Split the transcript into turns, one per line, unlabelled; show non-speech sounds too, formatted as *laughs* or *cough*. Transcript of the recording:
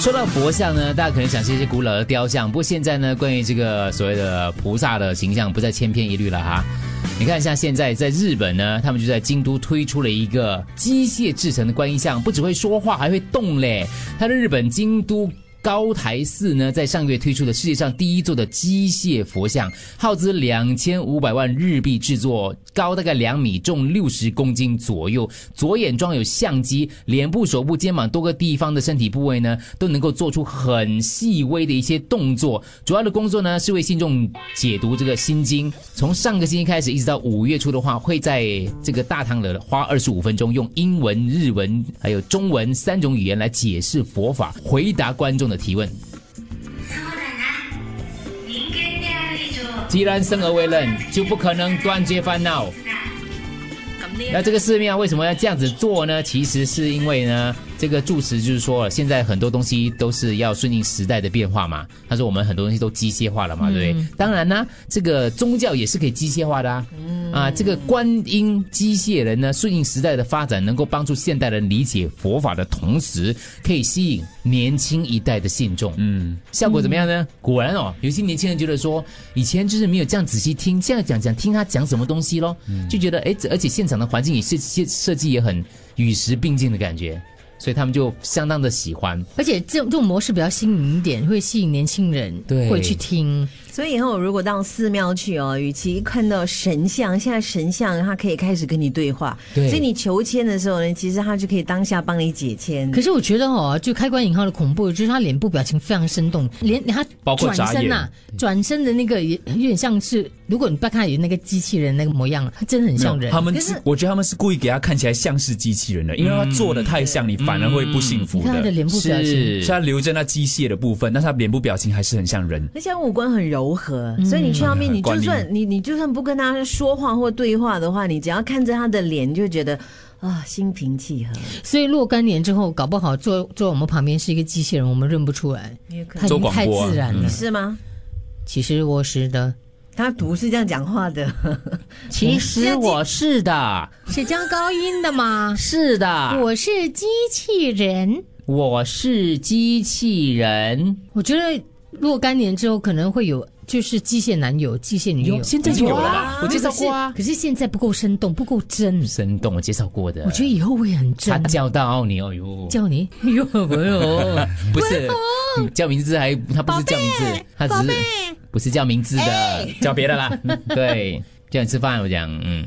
说到佛像呢，大家可能想是一些古老的雕像，不过现在呢，关于这个所谓的菩萨的形象，不再千篇一律了哈。你看，像现在在日本呢，他们就在京都推出了一个机械制成的观音像，不只会说话，还会动嘞。它的日本京都。高台寺呢，在上个月推出了世界上第一座的机械佛像，耗资两千五百万日币制作，高大概两米，重六十公斤左右。左眼装有相机，脸部、手部、肩膀多个地方的身体部位呢，都能够做出很细微的一些动作。主要的工作呢，是为信众解读这个《心经》。从上个星期开始，一直到五月初的话，会在这个大堂里花二十五分钟，用英文、日文还有中文三种语言来解释佛法，回答观众的。提问：既然生而为人，就不可能断绝烦恼。那这个寺庙为什么要这样子做呢？其实是因为呢，这个住持就是说，现在很多东西都是要顺应时代的变化嘛。他说我们很多东西都机械化了嘛，对不对？嗯、当然呢、啊，这个宗教也是可以机械化的啊。嗯、啊，这个观音机械人呢，顺应时代的发展，能够帮助现代人理解佛法的同时，可以吸引年轻一代的信众。嗯，效果怎么样呢？果然哦，有些年轻人觉得说，以前就是没有这样仔细听，现在讲讲听他讲什么东西咯，嗯、就觉得哎，而且现场的。环境也设设设计也很与时并进的感觉，所以他们就相当的喜欢。
而且这种这种模式比较新颖一点，会吸引年轻人会去听。
所以以后如果到寺庙去哦，与其看到神像，现在神像它可以开始跟你对话，
对
所以你求签的时候呢，其实它就可以当下帮你解签。
可是我觉得哦，就开关引号的恐怖，就是他脸部表情非常生动，连他转身呐、啊，转身的那个也有点像是，如果你不看有那个机器人那个模样，他真的很像人。
他们是我觉得他们是故意给他看起来像是机器人的，因为他做的太像，你反而会不幸福的。
你
嗯、
看他的脸部表情，
是他留着那机械的部分，但是他脸部表情还是很像人，
而且五官很柔。柔和，
嗯
所以你去那边，你就算、嗯、你你就算不跟他说话或对话的话，你只要看着他的脸，就觉得啊心平气和。
所以若干年之后，搞不好坐坐我们旁边是一个机器人，我们认不出来，他已经太
啊
自然了，
嗯、是吗？
其实我是的，
他不是这样讲话的。
其实我是的，
*laughs* 是加高音的吗？
是的，
我是机器人，
我是机器人。
我觉得若干年之后可能会有。就是机械男友、机械女友，
现在有啦，我介绍过啊
可。可是现在不够生动，不够真。
生动，我介绍过的。
我觉得以后会很真。
他叫到你，哎呦，
叫你， *laughs* 哎呦，哎呦，
*laughs* 不
*laughs*
是叫名字还，他不是叫名字，他只是不是叫名字的，嗯欸、叫别的啦。对，叫你吃饭，我讲，嗯。